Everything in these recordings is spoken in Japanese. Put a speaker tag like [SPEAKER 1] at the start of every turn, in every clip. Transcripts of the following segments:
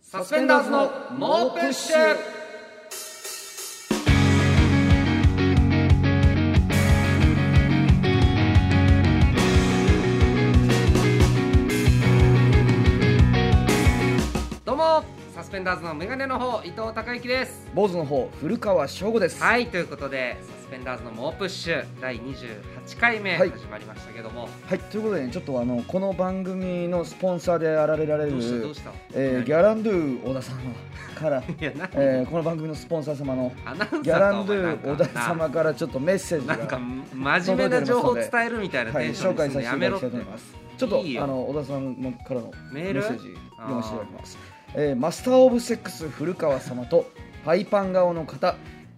[SPEAKER 1] スペンダーズの猛プッシュどうもサスペンダーズのメガネの方伊藤孝之です
[SPEAKER 2] 坊主の方古川翔吾です、
[SPEAKER 1] はいということでサスペンダーズの猛プッシュ第28回目
[SPEAKER 2] はい
[SPEAKER 1] 始まりましたけども、
[SPEAKER 2] はいということでねちょっとあのこの番組のスポンサーであられられ
[SPEAKER 1] どうしたどう
[SPEAKER 2] る
[SPEAKER 1] した、
[SPEAKER 2] えーギャランドゥ小田さん から、
[SPEAKER 1] いやなん
[SPEAKER 2] えーこの番組のスポンサー様 の
[SPEAKER 1] アナウン
[SPEAKER 2] ギ
[SPEAKER 1] サ
[SPEAKER 2] ャ
[SPEAKER 1] ー
[SPEAKER 2] ラ
[SPEAKER 1] と
[SPEAKER 2] ン
[SPEAKER 1] お
[SPEAKER 2] ド
[SPEAKER 1] 前な
[SPEAKER 2] ゥ
[SPEAKER 1] んか
[SPEAKER 2] 小田様からちょっとメッセージが、
[SPEAKER 1] な
[SPEAKER 2] は
[SPEAKER 1] ん
[SPEAKER 2] い
[SPEAKER 1] か真面目な情報を伝えるみたいなテンション
[SPEAKER 2] 紹
[SPEAKER 1] です
[SPEAKER 2] 介
[SPEAKER 1] るの
[SPEAKER 2] させ
[SPEAKER 1] や
[SPEAKER 2] てい
[SPEAKER 1] め
[SPEAKER 2] ただ
[SPEAKER 1] ろっ
[SPEAKER 2] きた
[SPEAKER 1] て
[SPEAKER 2] いと思いますちょっと
[SPEAKER 1] いいよ
[SPEAKER 2] あの小田さんのからの
[SPEAKER 1] メ
[SPEAKER 2] メ
[SPEAKER 1] ール
[SPEAKER 2] ッセージ読ませていただきます、えーマスター・オブ・セックス古川様とパイパン顔の方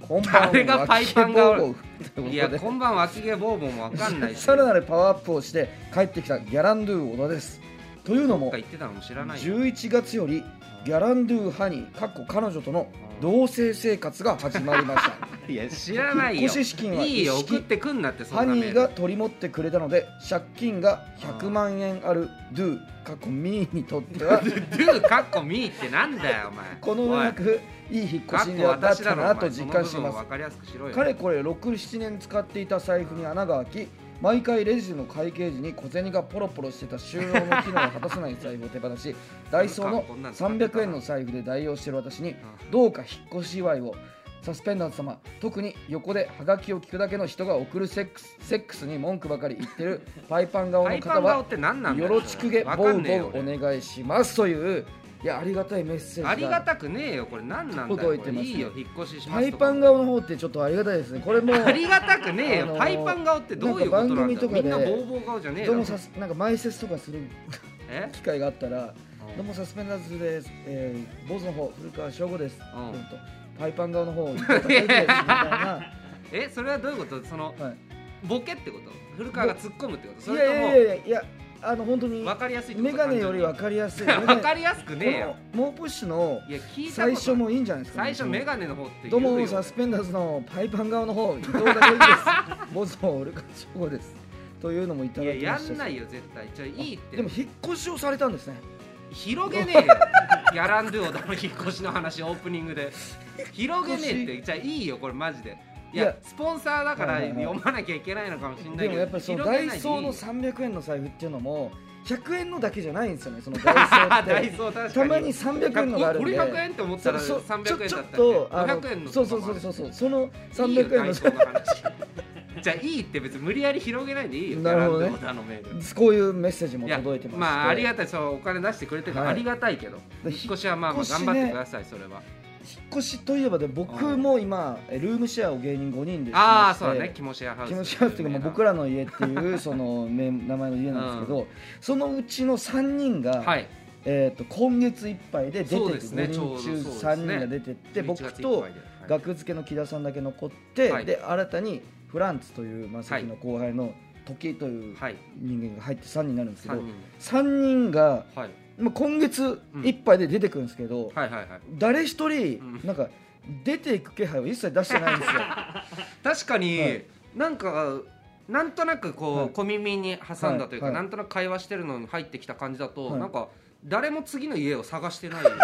[SPEAKER 2] こんばんは
[SPEAKER 1] あれがパイパン 顔
[SPEAKER 2] 脇毛ボーボーということで
[SPEAKER 1] いやこんばんは秋毛ボーボンもわかんないし
[SPEAKER 2] さらなるパワーアップをして帰ってきたギャランドゥ小田ですというの
[SPEAKER 1] なん
[SPEAKER 2] も
[SPEAKER 1] か言ってたのも知らないよ
[SPEAKER 2] 11月よりギャランドゥ派にかっこ彼女との同棲生活が始まりました
[SPEAKER 1] いや知らないよ
[SPEAKER 2] 引っ越し資金はい
[SPEAKER 1] いよ
[SPEAKER 2] 一式
[SPEAKER 1] 送ってくんなってそん
[SPEAKER 2] ハ
[SPEAKER 1] な
[SPEAKER 2] ニ
[SPEAKER 1] メ
[SPEAKER 2] ー
[SPEAKER 1] ー
[SPEAKER 2] が
[SPEAKER 1] ル
[SPEAKER 2] 取り持ってくれたので借金が100万円あるドゥ過去ミーにとっ ては
[SPEAKER 1] ドゥカッコミーってなんだよお前
[SPEAKER 2] このうまくいい引っ
[SPEAKER 1] カ
[SPEAKER 2] 越し
[SPEAKER 1] ッ
[SPEAKER 2] に
[SPEAKER 1] コ
[SPEAKER 2] なっ
[SPEAKER 1] 私だ
[SPEAKER 2] た
[SPEAKER 1] ろお前
[SPEAKER 2] なと
[SPEAKER 1] そ
[SPEAKER 2] 実
[SPEAKER 1] の
[SPEAKER 2] 感
[SPEAKER 1] 部
[SPEAKER 2] し
[SPEAKER 1] 分を
[SPEAKER 2] ま
[SPEAKER 1] 分
[SPEAKER 2] す
[SPEAKER 1] かりやすくしろよ
[SPEAKER 2] かれこれ67年使っていた財布に穴が開き毎回レジの会計時に小銭がポロポロしてた収納の機能を果たさない財布を手 放しダイソーの300円の財布で代用してる私にどうか引っ越し祝いをサスペンダーズ様特に横でハガキを聞くだけの人が送るセックスセックスに文句ばかり言っ てるパイパン顔
[SPEAKER 1] パ
[SPEAKER 2] の
[SPEAKER 1] イパ
[SPEAKER 2] 方
[SPEAKER 1] ン顔
[SPEAKER 2] は
[SPEAKER 1] って何なんだ
[SPEAKER 2] よ
[SPEAKER 1] よ
[SPEAKER 2] ろちくげボ
[SPEAKER 1] わ
[SPEAKER 2] ウ
[SPEAKER 1] か
[SPEAKER 2] ボ
[SPEAKER 1] んねえよ
[SPEAKER 2] ウお願いしますといういやありがたいメッセ
[SPEAKER 1] 俺
[SPEAKER 2] ージが
[SPEAKER 1] ありがたくねえよこれ何なんだよ
[SPEAKER 2] 届い
[SPEAKER 1] こ
[SPEAKER 2] て
[SPEAKER 1] れ
[SPEAKER 2] ます
[SPEAKER 1] いいよ引っ越ししま
[SPEAKER 2] パ
[SPEAKER 1] す
[SPEAKER 2] イ
[SPEAKER 1] と
[SPEAKER 2] パ
[SPEAKER 1] か
[SPEAKER 2] ン顔の方ってちょっとありがたいですねこれも
[SPEAKER 1] ありがたくねえよ、
[SPEAKER 2] あのー
[SPEAKER 1] パイパン顔ってどういうことなん
[SPEAKER 2] なん
[SPEAKER 1] だよ
[SPEAKER 2] か番組とか
[SPEAKER 1] み
[SPEAKER 2] で
[SPEAKER 1] んなボーボー顔じゃねえだ
[SPEAKER 2] どう
[SPEAKER 1] ろ
[SPEAKER 2] もさすなんか前説とかする
[SPEAKER 1] え
[SPEAKER 2] 機会があったら
[SPEAKER 1] う
[SPEAKER 2] 「どうんもサスペンダーズです、えー、坊主の方古川翔吾です」
[SPEAKER 1] うん
[SPEAKER 2] うんとパイパン顔の方伊藤孝之 ですみたいな、
[SPEAKER 1] えそれはどういうことその
[SPEAKER 2] は
[SPEAKER 1] ボケってこと古川が突っ込むってこと
[SPEAKER 2] い、
[SPEAKER 1] そ
[SPEAKER 2] いやい
[SPEAKER 1] れ
[SPEAKER 2] やい
[SPEAKER 1] と
[SPEAKER 2] やいやいやあの本当
[SPEAKER 1] も
[SPEAKER 2] に
[SPEAKER 1] 分かりやすいってこ
[SPEAKER 2] メ
[SPEAKER 1] と
[SPEAKER 2] ガネより分
[SPEAKER 1] わ
[SPEAKER 2] かりやすい
[SPEAKER 1] 分かりやすく
[SPEAKER 2] こ
[SPEAKER 1] ねえよ
[SPEAKER 2] のモープッシュの
[SPEAKER 1] いや聞いた
[SPEAKER 2] 最
[SPEAKER 1] こ
[SPEAKER 2] 初
[SPEAKER 1] とない
[SPEAKER 2] もいいんじゃないですか、
[SPEAKER 1] 最初メガネの方って言
[SPEAKER 2] どう
[SPEAKER 1] うよ
[SPEAKER 2] もサスペンダーズのパイパン顔の方伊藤 孝之です。ボスの俺か翔吾です。というのもいた
[SPEAKER 1] い
[SPEAKER 2] だ
[SPEAKER 1] や
[SPEAKER 2] き
[SPEAKER 1] や
[SPEAKER 2] ましたし。
[SPEAKER 1] んないよ絶対じゃあいいって
[SPEAKER 2] でも引っ越しをされたんですね。
[SPEAKER 1] 広げねえよギャランドゥをだの引っ越しの話オープニングで広げねえってじゃあいいよこれマジでいや
[SPEAKER 2] いや
[SPEAKER 1] スポンサーだから
[SPEAKER 2] はいはいはい
[SPEAKER 1] 読まなきゃいけないのかもしれな
[SPEAKER 2] で
[SPEAKER 1] いけど
[SPEAKER 2] もやっぱりその
[SPEAKER 1] 広
[SPEAKER 2] ダ
[SPEAKER 1] げな
[SPEAKER 2] イ
[SPEAKER 1] いでいい
[SPEAKER 2] ソーの300円の財布っていうのも100円のだけじゃないんですよね。そのダイソ ー
[SPEAKER 1] あ
[SPEAKER 2] っ
[SPEAKER 1] ダイ
[SPEAKER 2] て。
[SPEAKER 1] ソー確かに
[SPEAKER 2] たまに300円のがあるんで
[SPEAKER 1] これ100円って思ったら
[SPEAKER 2] そう
[SPEAKER 1] 300円だったっけ
[SPEAKER 2] ちょちょっとあの
[SPEAKER 1] 500円の
[SPEAKER 2] そうそうそうそうそうその
[SPEAKER 1] いいよ
[SPEAKER 2] 300円
[SPEAKER 1] ダイ
[SPEAKER 2] の
[SPEAKER 1] ソーの 話じゃあいいって別に無理やり広げないでいいよ
[SPEAKER 2] なるほどね
[SPEAKER 1] ギャランドゥのメール
[SPEAKER 2] こういうメッセージも
[SPEAKER 1] いや
[SPEAKER 2] 届いてまして
[SPEAKER 1] まあありがたいそうお金出してくれてるから
[SPEAKER 2] は
[SPEAKER 1] あ
[SPEAKER 2] い
[SPEAKER 1] りがたいけど、
[SPEAKER 2] で
[SPEAKER 1] 引っ越しはまあまあ
[SPEAKER 2] 引っ
[SPEAKER 1] 頑張っ
[SPEAKER 2] 越しね
[SPEAKER 1] てくださいそれは
[SPEAKER 2] 引っ越しといえばで僕も今ルームシェアを芸人5人でしてまして
[SPEAKER 1] ああそうだね気持ちやハウス
[SPEAKER 2] 気持ち悪くていうかまあ僕
[SPEAKER 1] ら
[SPEAKER 2] らの家っていうその名名前の家なんですけど、そのうちの3人が、
[SPEAKER 1] はい
[SPEAKER 2] えー、と今月いっぱいで出てて、
[SPEAKER 1] そうですね
[SPEAKER 2] 5人
[SPEAKER 1] ちょうどそうで
[SPEAKER 2] 中
[SPEAKER 1] すね
[SPEAKER 2] 3人が出てって、僕と
[SPEAKER 1] 学
[SPEAKER 2] 額付けの木田さんだけ残って、
[SPEAKER 1] はい
[SPEAKER 2] で新たにフランツという、まあ、
[SPEAKER 1] は
[SPEAKER 2] さ
[SPEAKER 1] い
[SPEAKER 2] っきの後輩の時という
[SPEAKER 1] はい
[SPEAKER 2] 人間が入って3人になるんですけど、
[SPEAKER 1] 三人
[SPEAKER 2] 3人が、
[SPEAKER 1] はい
[SPEAKER 2] まあ、今月いっぱいで出てくるんですけど、
[SPEAKER 1] はいはいはい
[SPEAKER 2] 誰一
[SPEAKER 1] うん
[SPEAKER 2] 人なんか出ていく気配を一切出してないんで すよ。
[SPEAKER 1] 確かに、
[SPEAKER 2] はい
[SPEAKER 1] なんかなんとなくこう、
[SPEAKER 2] はい
[SPEAKER 1] 小耳に挟んだというか、
[SPEAKER 2] はいは
[SPEAKER 1] な
[SPEAKER 2] い
[SPEAKER 1] んとなく会話してるのに入ってきた感じだと、
[SPEAKER 2] はい
[SPEAKER 1] なんか誰も次の家を探してないよね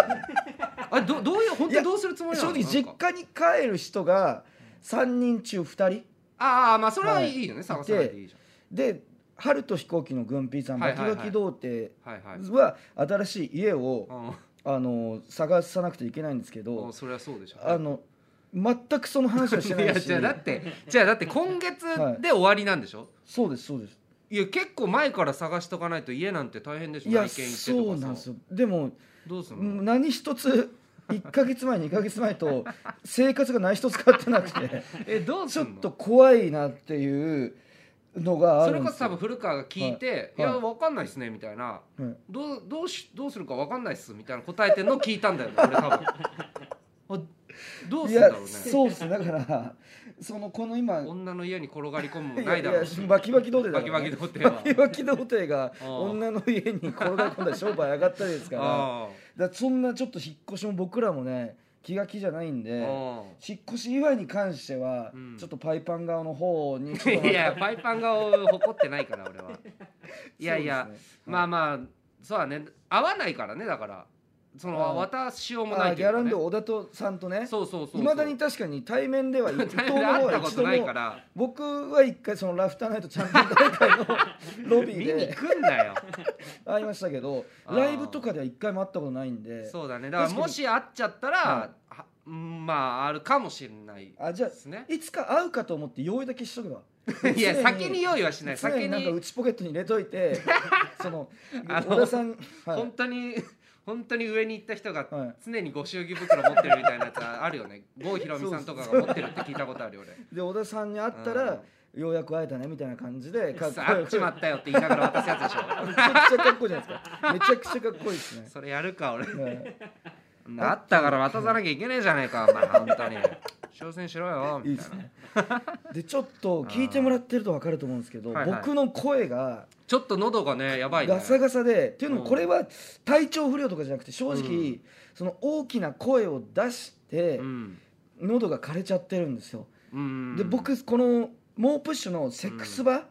[SPEAKER 1] あれどどういう本当にどうするつもりな
[SPEAKER 2] 正
[SPEAKER 1] の
[SPEAKER 2] 直
[SPEAKER 1] なん
[SPEAKER 2] 実
[SPEAKER 1] か
[SPEAKER 2] 家に帰る人が3人中2人
[SPEAKER 1] ああまあそれは
[SPEAKER 2] はい
[SPEAKER 1] いいよね、探さないでいいじ
[SPEAKER 2] で春と飛行機の軍ピーさん
[SPEAKER 1] はい
[SPEAKER 2] バ
[SPEAKER 1] はいはい
[SPEAKER 2] キバキ童貞
[SPEAKER 1] ゃんはいはい、
[SPEAKER 2] は新しい家を
[SPEAKER 1] う
[SPEAKER 2] あの探さなくてはいけないんですけ
[SPEAKER 1] ん、
[SPEAKER 2] ど
[SPEAKER 1] それはそうでしょ
[SPEAKER 2] あの全くその話をして
[SPEAKER 1] いや
[SPEAKER 2] ないし
[SPEAKER 1] じゃあだってじゃあだって今月で終わりなんでしょ、
[SPEAKER 2] そうですそうです
[SPEAKER 1] い、や結構前から探しとかないと家なんて大変でしょ
[SPEAKER 2] いや
[SPEAKER 1] 内見行ってとかさ
[SPEAKER 2] そうなんですよでも
[SPEAKER 1] どうすんの、
[SPEAKER 2] 何一つ1か月前2か月 前と生活が何一つ変わってなくて
[SPEAKER 1] えどう
[SPEAKER 2] ち
[SPEAKER 1] す
[SPEAKER 2] ょっ
[SPEAKER 1] んの
[SPEAKER 2] と怖いなっていうのがあ
[SPEAKER 1] そ
[SPEAKER 2] る
[SPEAKER 1] れ
[SPEAKER 2] ん
[SPEAKER 1] こ
[SPEAKER 2] で
[SPEAKER 1] そ
[SPEAKER 2] す
[SPEAKER 1] 多分
[SPEAKER 2] よ。
[SPEAKER 1] 古川が聞いて「
[SPEAKER 2] はい
[SPEAKER 1] い、
[SPEAKER 2] はい
[SPEAKER 1] やわかんないっすね」みたいな
[SPEAKER 2] はい
[SPEAKER 1] どうどうしどうするかわかんないっすみたいな答えてんの聞いたんだよね俺 多分あどうする
[SPEAKER 2] い
[SPEAKER 1] んだ
[SPEAKER 2] や
[SPEAKER 1] ろうね
[SPEAKER 2] そうっすだからそのこの今
[SPEAKER 1] 女の家に転がり込むも
[SPEAKER 2] い
[SPEAKER 1] な
[SPEAKER 2] や
[SPEAKER 1] い
[SPEAKER 2] い
[SPEAKER 1] だ
[SPEAKER 2] や
[SPEAKER 1] ろうし
[SPEAKER 2] バキバキ童貞
[SPEAKER 1] バ
[SPEAKER 2] だ
[SPEAKER 1] キ
[SPEAKER 2] か
[SPEAKER 1] バ
[SPEAKER 2] ら
[SPEAKER 1] キ童
[SPEAKER 2] ね
[SPEAKER 1] 貞
[SPEAKER 2] バ
[SPEAKER 1] は
[SPEAKER 2] キバキ童貞が
[SPEAKER 1] ああ
[SPEAKER 2] 女の家に転がり込んだら商売上がったりですから
[SPEAKER 1] あ
[SPEAKER 2] だからそんなちょっと引っ越しも僕らもね気が気じゃないん
[SPEAKER 1] あ
[SPEAKER 2] で
[SPEAKER 1] あ
[SPEAKER 2] 引っ越し祝いに関しては、
[SPEAKER 1] うん
[SPEAKER 2] ちょっとパイパン側の方に
[SPEAKER 1] あ いやパイパン顔誇ってないから俺はいやいや、まあ
[SPEAKER 2] あ
[SPEAKER 1] まあそうだね合わないからねだからその
[SPEAKER 2] あー
[SPEAKER 1] 渡しようも
[SPEAKER 2] あ
[SPEAKER 1] ない
[SPEAKER 2] ー
[SPEAKER 1] と
[SPEAKER 2] ギ
[SPEAKER 1] いう
[SPEAKER 2] ャ
[SPEAKER 1] か、
[SPEAKER 2] ラ
[SPEAKER 1] ね、
[SPEAKER 2] ンド小田とさんとね
[SPEAKER 1] そうそうそうそう
[SPEAKER 2] いまだ に確かに対面では伊藤の
[SPEAKER 1] 会
[SPEAKER 2] 方
[SPEAKER 1] っ
[SPEAKER 2] は
[SPEAKER 1] たこ
[SPEAKER 2] 一
[SPEAKER 1] と
[SPEAKER 2] 度
[SPEAKER 1] ない
[SPEAKER 2] も
[SPEAKER 1] から
[SPEAKER 2] 僕は一回そのラフターナイトチャンピオン大会のロビ
[SPEAKER 1] 見
[SPEAKER 2] ー
[SPEAKER 1] に
[SPEAKER 2] で
[SPEAKER 1] 来んなよ
[SPEAKER 2] 会いましたけど
[SPEAKER 1] あー
[SPEAKER 2] ライブとかでは一回も会ったことないんで
[SPEAKER 1] そうだねだからもし会っちゃったら、はうんまああるかもしれない
[SPEAKER 2] あじゃ
[SPEAKER 1] ですね
[SPEAKER 2] あいつか会うかと思って用意だけしとけば
[SPEAKER 1] いや先に用意はしない
[SPEAKER 2] 常
[SPEAKER 1] 先
[SPEAKER 2] になんか
[SPEAKER 1] に
[SPEAKER 2] 内ポケットに入れとい てその
[SPEAKER 1] あの
[SPEAKER 2] 小田さんはい
[SPEAKER 1] 本当に 本当に祝いに行った人が
[SPEAKER 2] はい
[SPEAKER 1] 常にご祝儀袋持ってるみたいなやつあるよね郷ひろみさんとかが持ってるって聞いたことあるよ俺
[SPEAKER 2] で小田さんに会ったらようやく会えたねみたいな感じで かっこ
[SPEAKER 1] あ
[SPEAKER 2] よ
[SPEAKER 1] っ
[SPEAKER 2] く
[SPEAKER 1] ちまったよって言いながら渡すやつでしょ
[SPEAKER 2] めちゃくちゃかっこいいじゃないですかめちゃくちゃかっこいいですね
[SPEAKER 1] それやるか俺
[SPEAKER 2] はい
[SPEAKER 1] あったから渡さなきゃいけねえじゃねえかお前本 当に挑戦しろよ
[SPEAKER 2] いい
[SPEAKER 1] み
[SPEAKER 2] で
[SPEAKER 1] たい
[SPEAKER 2] す
[SPEAKER 1] な
[SPEAKER 2] ねでちょっと聞いてもらってると分かると思うんですけど、
[SPEAKER 1] はいはい
[SPEAKER 2] 僕の声が
[SPEAKER 1] ちょっと喉がねやばいね
[SPEAKER 2] ガサガサで、っていうのも
[SPEAKER 1] うん
[SPEAKER 2] これは体調不良とかじゃなくて正直、その大きな声を出して
[SPEAKER 1] うん
[SPEAKER 2] 喉が枯れちゃってるんですよ、
[SPEAKER 1] うん
[SPEAKER 2] で僕この猛プッシュの「セックス場、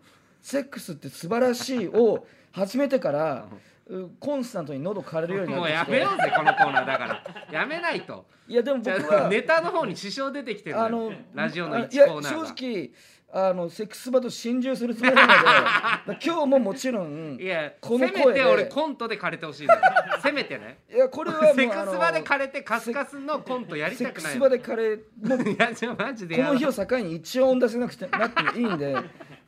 [SPEAKER 2] セックスって素晴らしい」を始めてから、うコンスタントに喉枯れるようにな
[SPEAKER 1] も
[SPEAKER 2] っ
[SPEAKER 1] う
[SPEAKER 2] て
[SPEAKER 1] や
[SPEAKER 2] きて
[SPEAKER 1] めようぜこのコーナーだからやめないと
[SPEAKER 2] いやでも
[SPEAKER 1] じ
[SPEAKER 2] 僕
[SPEAKER 1] ゃあ
[SPEAKER 2] は
[SPEAKER 1] ネタの方に支障出てきてる
[SPEAKER 2] あ
[SPEAKER 1] の
[SPEAKER 2] の
[SPEAKER 1] よラジオの
[SPEAKER 2] あい
[SPEAKER 1] 1
[SPEAKER 2] や
[SPEAKER 1] コーナーが
[SPEAKER 2] 正直あのセックス場と心中するつもりなので だ今日ももちろん
[SPEAKER 1] いや
[SPEAKER 2] この声で
[SPEAKER 1] せめて俺コントで枯れてほしいのよせめてね
[SPEAKER 2] いやこれはもう
[SPEAKER 1] セックス場で
[SPEAKER 2] あ
[SPEAKER 1] 枯れてカスカスのコントや
[SPEAKER 2] の
[SPEAKER 1] り
[SPEAKER 2] セ
[SPEAKER 1] た
[SPEAKER 2] ッ
[SPEAKER 1] く
[SPEAKER 2] ク
[SPEAKER 1] な
[SPEAKER 2] ス
[SPEAKER 1] い
[SPEAKER 2] 場
[SPEAKER 1] の
[SPEAKER 2] でカレーもうこ
[SPEAKER 1] いやじゃあマジでやろ
[SPEAKER 2] の
[SPEAKER 1] う
[SPEAKER 2] 日を境に一音出せなくてなってもいい んで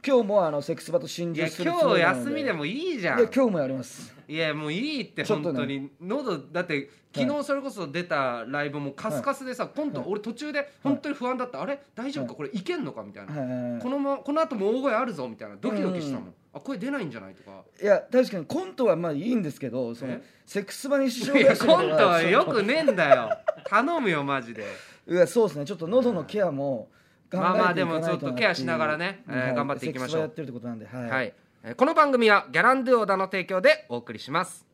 [SPEAKER 2] 今日もあのセックス場と心
[SPEAKER 1] いや
[SPEAKER 2] 中する
[SPEAKER 1] 今日
[SPEAKER 2] りなの
[SPEAKER 1] 休みでもいいじゃん
[SPEAKER 2] いや今日もやります
[SPEAKER 1] いやもういいって
[SPEAKER 2] ちょっ
[SPEAKER 1] 本
[SPEAKER 2] とね
[SPEAKER 1] 当に、喉だって昨日それこそ出たライブもカスカスでさ、コント、俺途中で本当に不安だった、あれ大丈夫か、
[SPEAKER 2] は
[SPEAKER 1] これいけんのかみたいな、
[SPEAKER 2] はい
[SPEAKER 1] このまこの後も大声あるぞみたいなドキドキしたもん、
[SPEAKER 2] う
[SPEAKER 1] あ声出ないんじゃないとか
[SPEAKER 2] いや確かにコントはまあいいんですけどその
[SPEAKER 1] え
[SPEAKER 2] セックス場に支
[SPEAKER 1] い
[SPEAKER 2] 障が
[SPEAKER 1] や
[SPEAKER 2] 出して
[SPEAKER 1] コントはよ
[SPEAKER 2] その
[SPEAKER 1] くねえんだよ頼むよマジで
[SPEAKER 2] いやそうですねちょっと喉のケアも頑張
[SPEAKER 1] まあまあ
[SPEAKER 2] っていかないな
[SPEAKER 1] でもちょっとケアしながらね
[SPEAKER 2] っていう
[SPEAKER 1] えー
[SPEAKER 2] はい
[SPEAKER 1] 頑張っていきましょう
[SPEAKER 2] セックス場やってるってことなんで
[SPEAKER 1] はい、えーこの番組はギャランドゥオダの提供でお送りします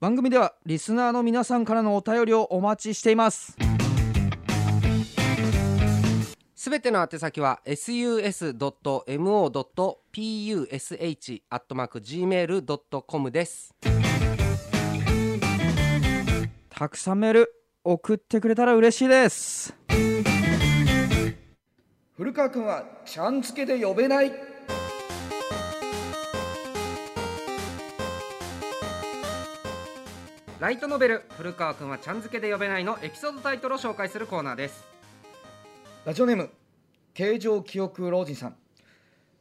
[SPEAKER 3] 番組ではリスナーの皆さんからのお便りをお待ちしています
[SPEAKER 1] すべての宛先は sus.mo.push.gmail.com です
[SPEAKER 3] たくさんメール送ってくれたら嬉しいです
[SPEAKER 2] 古川君はちゃんつけで呼べない
[SPEAKER 1] ライトノベル古川くんはちゃん付けで呼べないのエピソードタイトルを紹介するコーナーです
[SPEAKER 2] ラジオネーム形状記憶老人さん、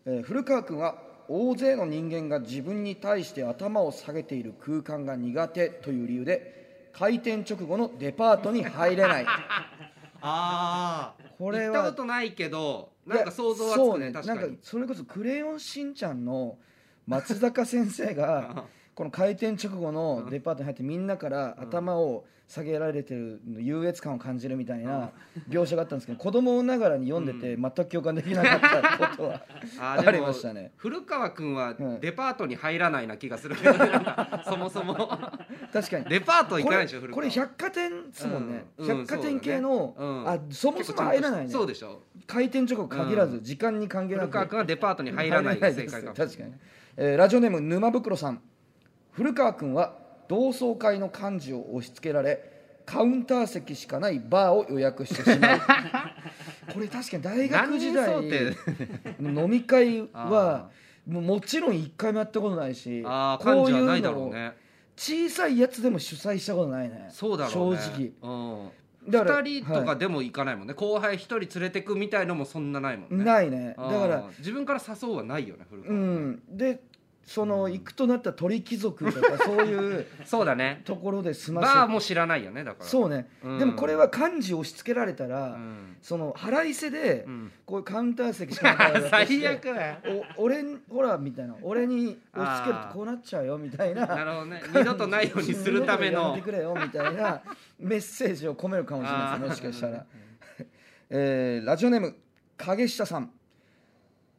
[SPEAKER 2] えー古川君は大勢の人間が自分に対して頭を下げている空間が苦手という理由で開店直後のデパートに入 れない
[SPEAKER 1] ああ
[SPEAKER 2] これは
[SPEAKER 1] 行ったことないけどなん
[SPEAKER 2] い
[SPEAKER 1] か
[SPEAKER 2] や
[SPEAKER 1] 想像はつ
[SPEAKER 2] そう
[SPEAKER 1] くね確かに
[SPEAKER 2] なんかそれこそ「クレヨンしんちゃん」の松坂先生 がこの開店直後のデパートに入ってみんなから頭を下げられてるの優越感を感じるみたいな描写があったんですけど子供ながらに読んでて全く共感できなかったこ とは
[SPEAKER 1] あーでも
[SPEAKER 2] ありましたね
[SPEAKER 1] 古川くんは
[SPEAKER 2] うん
[SPEAKER 1] デパートに入らないな気がするけど ね、なんかそもそも
[SPEAKER 2] 確かに
[SPEAKER 1] デパート行
[SPEAKER 2] こ
[SPEAKER 1] かないで
[SPEAKER 2] れ
[SPEAKER 1] しょ古川
[SPEAKER 2] これ百貨店ですもんね、
[SPEAKER 1] うんうん
[SPEAKER 2] 百貨店系の、
[SPEAKER 1] そうだ
[SPEAKER 2] あ
[SPEAKER 1] ね
[SPEAKER 2] そもそも入らないね
[SPEAKER 1] そうでしょ
[SPEAKER 2] 開店直後限らず、時間に関係な
[SPEAKER 1] 古
[SPEAKER 2] く
[SPEAKER 1] 川くんはデパートに入らないが正
[SPEAKER 2] です
[SPEAKER 1] 解かも
[SPEAKER 2] 確かに、えーラジオネーム沼袋さん古川君は同窓会の幹事を押し付けられカウンター席しかないバーを予約して しまうこれ確かに大学時代
[SPEAKER 1] 何人
[SPEAKER 2] 飲み会
[SPEAKER 1] あ
[SPEAKER 2] はもうもちろん一回もやったことないし
[SPEAKER 1] ああ
[SPEAKER 2] こ
[SPEAKER 1] 感
[SPEAKER 2] う
[SPEAKER 1] じ
[SPEAKER 2] い
[SPEAKER 1] は
[SPEAKER 2] う
[SPEAKER 1] ないだ
[SPEAKER 2] の
[SPEAKER 1] ろう
[SPEAKER 2] を
[SPEAKER 1] ね
[SPEAKER 2] 小さいやつでも主催したことないね
[SPEAKER 1] そうだろうね
[SPEAKER 2] 正直
[SPEAKER 1] 直
[SPEAKER 2] だから
[SPEAKER 1] 2人と
[SPEAKER 2] は
[SPEAKER 1] かでも行かないもんね、後輩1人連れてくみたいのもそんなないもんね
[SPEAKER 2] ないねだか
[SPEAKER 1] あ
[SPEAKER 2] ら
[SPEAKER 1] ー自分から誘うはないよね古
[SPEAKER 2] う
[SPEAKER 1] 川、
[SPEAKER 2] んでその行くとなったら鳥貴族とかそういう
[SPEAKER 1] そうだね
[SPEAKER 2] ところで済ま
[SPEAKER 1] バー
[SPEAKER 2] せ
[SPEAKER 1] も知らないよねだからう、
[SPEAKER 2] そうね
[SPEAKER 1] ん
[SPEAKER 2] でもこれは漢字を押し付けられたら
[SPEAKER 1] ん
[SPEAKER 2] その腹いせで
[SPEAKER 1] うん、
[SPEAKER 2] こういうカウンター席しかない
[SPEAKER 1] 最悪だよ
[SPEAKER 2] お俺にほらみたいな俺に押し付ける
[SPEAKER 1] あー
[SPEAKER 2] とこうなっちゃうよみたい
[SPEAKER 1] な
[SPEAKER 2] な
[SPEAKER 1] るほどね二度とないようにするため
[SPEAKER 2] やめ
[SPEAKER 1] の
[SPEAKER 2] てくれよみた いなメッセージを込めるかもしれないですもしかしたら、えーラジオネーム影下さん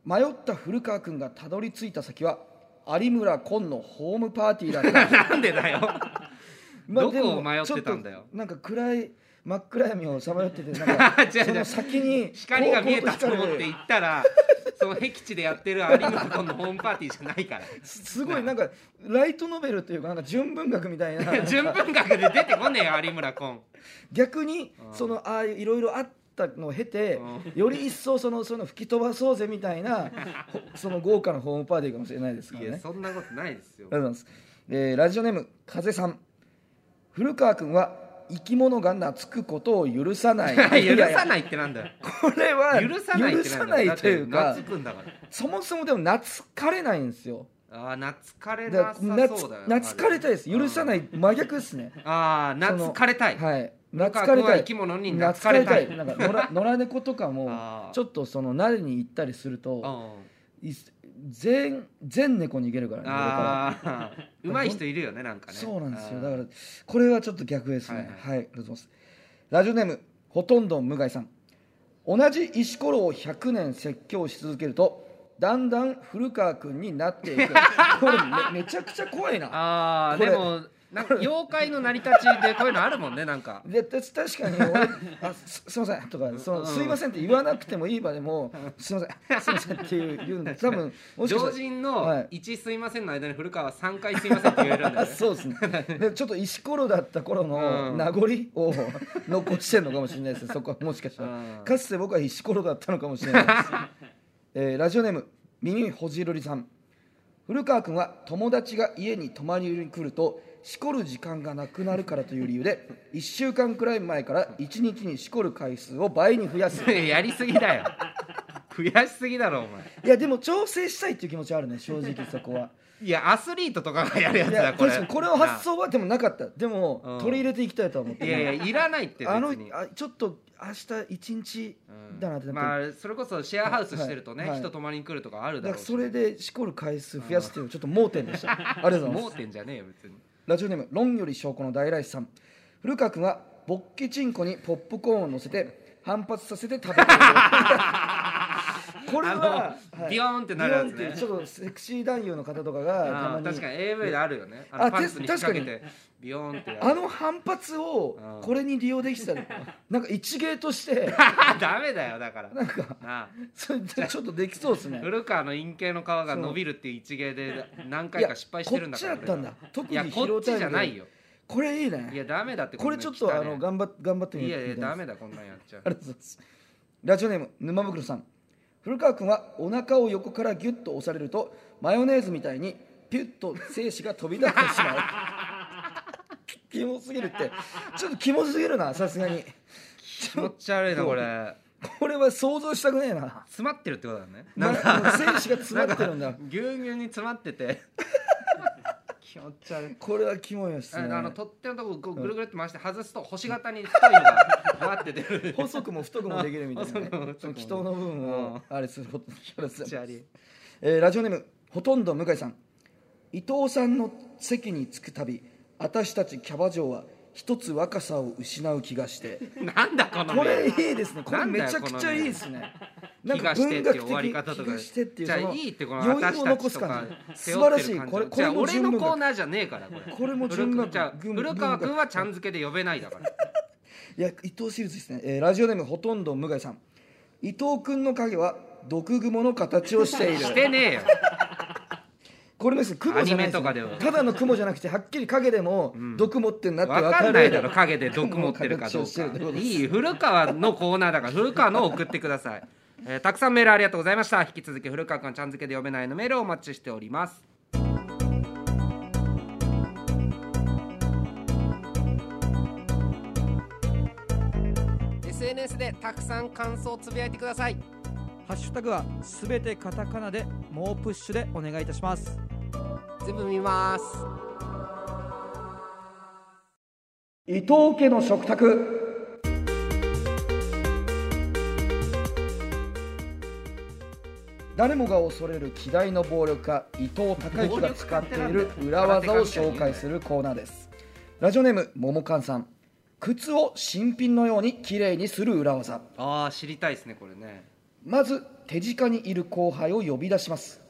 [SPEAKER 2] 迷った古川君がたどり着いた先は有村昆のホームパーティーだった
[SPEAKER 1] なんでだよどこを迷ってたんだよ
[SPEAKER 2] でもちょっとなんか暗い真 っ暗闇をさまよっててなんか
[SPEAKER 1] 違う違う
[SPEAKER 2] その先に
[SPEAKER 1] 光が見えたと
[SPEAKER 2] こうこう
[SPEAKER 1] 思って行ったらその僻地でやってる有村君のホームパーティーじゃないから
[SPEAKER 2] すごいなんかライトノベルというかなんか純文学みたい な
[SPEAKER 1] 純文学で出てこねえよ有村君
[SPEAKER 2] 逆に
[SPEAKER 1] うん
[SPEAKER 2] そのああいういろいろあったのを経て
[SPEAKER 1] う
[SPEAKER 2] より一層そのその吹き飛ばそうぜみた いなほその豪華なホームパーティーかもしれないですから
[SPEAKER 1] いや
[SPEAKER 2] ね。
[SPEAKER 1] そんなことないですよ
[SPEAKER 2] ありがとう ございます。えーラジオネーム風さん古川君は生き物が懐くことを許さな い。
[SPEAKER 1] 許
[SPEAKER 2] や
[SPEAKER 1] さ
[SPEAKER 2] や
[SPEAKER 1] ないってなんだよ
[SPEAKER 2] これは
[SPEAKER 1] 許さないって
[SPEAKER 2] 許
[SPEAKER 1] な
[SPEAKER 2] さ
[SPEAKER 1] んだ
[SPEAKER 2] な
[SPEAKER 1] よ
[SPEAKER 2] いという
[SPEAKER 1] だっ
[SPEAKER 2] か
[SPEAKER 1] て懐くんだから
[SPEAKER 2] そもそもでも懐かれないんですよ。
[SPEAKER 1] あー懐かれ
[SPEAKER 2] だ
[SPEAKER 1] なさ
[SPEAKER 2] か
[SPEAKER 1] そうだ
[SPEAKER 2] ら
[SPEAKER 1] よ
[SPEAKER 2] 懐懐かれたいです。許さな
[SPEAKER 1] うん
[SPEAKER 2] い真逆ですね。
[SPEAKER 1] ああ懐かれたい
[SPEAKER 2] はい。
[SPEAKER 1] 古
[SPEAKER 2] 懐
[SPEAKER 1] 川君は
[SPEAKER 2] かれた
[SPEAKER 1] 生
[SPEAKER 2] い
[SPEAKER 1] き。物に
[SPEAKER 2] 懐
[SPEAKER 1] 懐
[SPEAKER 2] か
[SPEAKER 1] か
[SPEAKER 2] れ
[SPEAKER 1] れ
[SPEAKER 2] た
[SPEAKER 1] た
[SPEAKER 2] い
[SPEAKER 1] い
[SPEAKER 2] なんか野 良野良猫とか
[SPEAKER 1] あ
[SPEAKER 2] も
[SPEAKER 1] ー
[SPEAKER 2] ちょっとその慣れに行ったりする
[SPEAKER 1] う
[SPEAKER 2] と
[SPEAKER 1] ん
[SPEAKER 2] い全全猫逃げるからねこれか
[SPEAKER 1] あ
[SPEAKER 2] ら
[SPEAKER 1] あうまい人いるよねなんかね
[SPEAKER 2] そうなんですよ
[SPEAKER 1] あー
[SPEAKER 2] だからこれはちょっと逆ですね
[SPEAKER 1] はいはい
[SPEAKER 2] はいありがとうございますラジオネームほとんど無害さん同じ石ころを100年説教し続けるとだんだん古川君になってい くこれめめちゃくちゃ怖いな
[SPEAKER 1] ああ
[SPEAKER 2] これ
[SPEAKER 1] でもなんか妖怪の成り立ちでこういうのあるもんねなんか
[SPEAKER 2] でた確 かに俺あすすいませんとかその、
[SPEAKER 1] うん
[SPEAKER 2] すいませんって言わなくてもいい場でもすいませんすいませんっていう言うんで多分もしかし
[SPEAKER 1] 常
[SPEAKER 2] たら
[SPEAKER 1] 人
[SPEAKER 2] はい
[SPEAKER 1] の一すいませんの間に古川は3回すいませんって言えるんだ
[SPEAKER 2] あ
[SPEAKER 1] よね
[SPEAKER 2] そう ですねでちょっと石ころだった頃の
[SPEAKER 1] うん
[SPEAKER 2] 名残を 残してるのかもしれないですねそこはもしかしたら
[SPEAKER 1] うん
[SPEAKER 2] かつて僕は石ころだったのかもしれない です、えーラジオネーム耳ほじるりさん古川君は友達が家に泊まりに来るとしこる時間がなくなるからという理由で1週間くらい前から1日にしこる回数を倍に増やす
[SPEAKER 1] やりすぎだよ増やしすぎだろお前
[SPEAKER 2] いやでも調整したいっていう気持ちはあるね正直そこは
[SPEAKER 1] いやアスリートとかが やるやつ
[SPEAKER 2] い
[SPEAKER 1] だ
[SPEAKER 2] や
[SPEAKER 1] こ
[SPEAKER 2] 確
[SPEAKER 1] れ
[SPEAKER 2] かにこれの発想はでもなかったでも、
[SPEAKER 1] うん
[SPEAKER 2] 取り入れていきたいとは思って
[SPEAKER 1] いやいやいらないって別に
[SPEAKER 2] あのあちょっと明日一日
[SPEAKER 1] うん
[SPEAKER 2] だなってなって、
[SPEAKER 1] まあそれこそシェアハウスしてるとね、
[SPEAKER 2] はいはい
[SPEAKER 1] 人泊まりに来るとかある
[SPEAKER 2] だ
[SPEAKER 1] だ
[SPEAKER 2] から
[SPEAKER 1] ろうし
[SPEAKER 2] それでしこる回数増やすっていうのはちょっと盲点で したありがとうございま
[SPEAKER 1] 盲
[SPEAKER 2] す
[SPEAKER 1] 点じゃねえよ別に
[SPEAKER 2] ラジオネーム論より証拠の大来さん古川君はボッキチンコにポップコーンを乗せて反発させて食 べているこれは
[SPEAKER 1] あのビヨーンってなるやつね
[SPEAKER 2] ビヨーンってちょっとセクシー男優の方とか
[SPEAKER 1] あ
[SPEAKER 2] がた
[SPEAKER 1] ー
[SPEAKER 2] まに
[SPEAKER 1] 確かに AV であるよねあ
[SPEAKER 2] あ
[SPEAKER 1] のパンツに引っ掛け
[SPEAKER 2] て
[SPEAKER 1] てビヨーンってやる
[SPEAKER 2] あの反発を
[SPEAKER 1] うん
[SPEAKER 2] これに利用できてたらなんか一芸として
[SPEAKER 1] ダメだよだから
[SPEAKER 2] なんか
[SPEAKER 1] なあ
[SPEAKER 2] それでちょっとできそうですね
[SPEAKER 1] 古川の陰茎の皮が伸びるっていう一芸で何
[SPEAKER 2] い
[SPEAKER 1] 回
[SPEAKER 2] や
[SPEAKER 1] か失敗してるんだから
[SPEAKER 2] こっちだったんだ特
[SPEAKER 1] い
[SPEAKER 2] に
[SPEAKER 1] やこっちじゃないよ
[SPEAKER 2] これいい
[SPEAKER 1] い
[SPEAKER 2] ね
[SPEAKER 1] やダメだって
[SPEAKER 2] これちょっとあ
[SPEAKER 1] が
[SPEAKER 2] の頑張っ頑張ってみ
[SPEAKER 1] い
[SPEAKER 2] よ
[SPEAKER 1] や
[SPEAKER 2] う
[SPEAKER 1] いや
[SPEAKER 2] みたいな
[SPEAKER 1] ダメだこんなんやっちゃ
[SPEAKER 2] ありがとうございますラジオネーム沼袋さん古川君はお腹を横からギュッと押されるとマヨネーズみたいにピュッと精子が飛び出してしまう キモすぎるってちょっとキモすぎるなさすがに
[SPEAKER 1] 気持ち悪いなこれ
[SPEAKER 2] これは想像したくねえな
[SPEAKER 1] 詰まってるってことだね
[SPEAKER 2] なんか精子が詰まってるんだ
[SPEAKER 1] ぎゅうぎゅうに詰まって て気持ち悪い
[SPEAKER 2] これはキモいです
[SPEAKER 1] あ
[SPEAKER 2] ね
[SPEAKER 1] のあの取っ手のとここうぐるぐるって回して外すと星型に太いのがバって出る
[SPEAKER 2] 細くも太くもできるみたいな、ね
[SPEAKER 1] 細くも太くも、
[SPEAKER 2] その祈祷の部分
[SPEAKER 1] う
[SPEAKER 2] を
[SPEAKER 1] ん
[SPEAKER 2] あれすることあれす
[SPEAKER 1] 気持ち
[SPEAKER 2] る
[SPEAKER 1] 悪い
[SPEAKER 2] えーラジオネームほとんど向井さん伊藤さんの席に着くたび私たちキャバ嬢は一つ若さを失う気がして
[SPEAKER 1] なんだこの
[SPEAKER 2] これ
[SPEAKER 1] メール
[SPEAKER 2] いいですねこれ
[SPEAKER 1] なん
[SPEAKER 2] め
[SPEAKER 1] だよ
[SPEAKER 2] ちゃくちゃいいですねなん
[SPEAKER 1] 気
[SPEAKER 2] か
[SPEAKER 1] がして
[SPEAKER 2] 文
[SPEAKER 1] っていう
[SPEAKER 2] 学的
[SPEAKER 1] 終わり方と
[SPEAKER 2] 気
[SPEAKER 1] か
[SPEAKER 2] がしてっていう
[SPEAKER 1] じゃあ
[SPEAKER 2] その
[SPEAKER 1] いいってこの
[SPEAKER 2] 余韻
[SPEAKER 1] 私
[SPEAKER 2] を
[SPEAKER 1] たち
[SPEAKER 2] 残
[SPEAKER 1] と
[SPEAKER 2] す
[SPEAKER 1] か
[SPEAKER 2] 感じ素
[SPEAKER 1] 背
[SPEAKER 2] 晴
[SPEAKER 1] 負
[SPEAKER 2] ら
[SPEAKER 1] って
[SPEAKER 2] し
[SPEAKER 1] る
[SPEAKER 2] い
[SPEAKER 1] 感
[SPEAKER 2] これ
[SPEAKER 1] じ
[SPEAKER 2] こ
[SPEAKER 1] じゃ
[SPEAKER 2] れ
[SPEAKER 1] あ
[SPEAKER 2] も
[SPEAKER 1] 俺
[SPEAKER 2] 純
[SPEAKER 1] の
[SPEAKER 2] 文
[SPEAKER 1] コー
[SPEAKER 2] 学
[SPEAKER 1] ナーじゃねえからこれ
[SPEAKER 2] これも純文学
[SPEAKER 1] じゃあ
[SPEAKER 2] 文
[SPEAKER 1] 古川君はちゃん付けで呼べないだ から
[SPEAKER 2] いや伊藤シリーズですね、えーラジオネームほとんど向井さん伊藤君の影は毒蜘蛛の形をして いる
[SPEAKER 1] してねえよ
[SPEAKER 2] これです雲じゃないです
[SPEAKER 1] アニメとかでは
[SPEAKER 2] ただの雲じゃなくてはっきり影でも毒持ってんなって
[SPEAKER 1] 分
[SPEAKER 2] 分
[SPEAKER 1] か
[SPEAKER 2] か
[SPEAKER 1] んな
[SPEAKER 2] る
[SPEAKER 1] いだろ影で毒持ってるか どう
[SPEAKER 2] 形をしてるってこ
[SPEAKER 1] か
[SPEAKER 2] とです
[SPEAKER 1] いい古川のコーナーだから古川のを送ってください、えーたくさんメールありがとうございました引き続き古川君ちゃん付けで読めないのメールをお待ちしておりますでたくさん感想をつぶやいてください
[SPEAKER 3] ハッシュタグはすべてカタカナで猛プッシュでお願いいたします
[SPEAKER 1] 全部見ます
[SPEAKER 2] 伊藤家の食卓誰もが恐れる希代の暴力家伊藤孝之が使っている裏技を紹介するコーナーですラジオネームももかんさん靴を新品のように綺麗にする裏技
[SPEAKER 1] ああ知りたいですねこれね
[SPEAKER 2] まず手近にいる後輩を呼び出します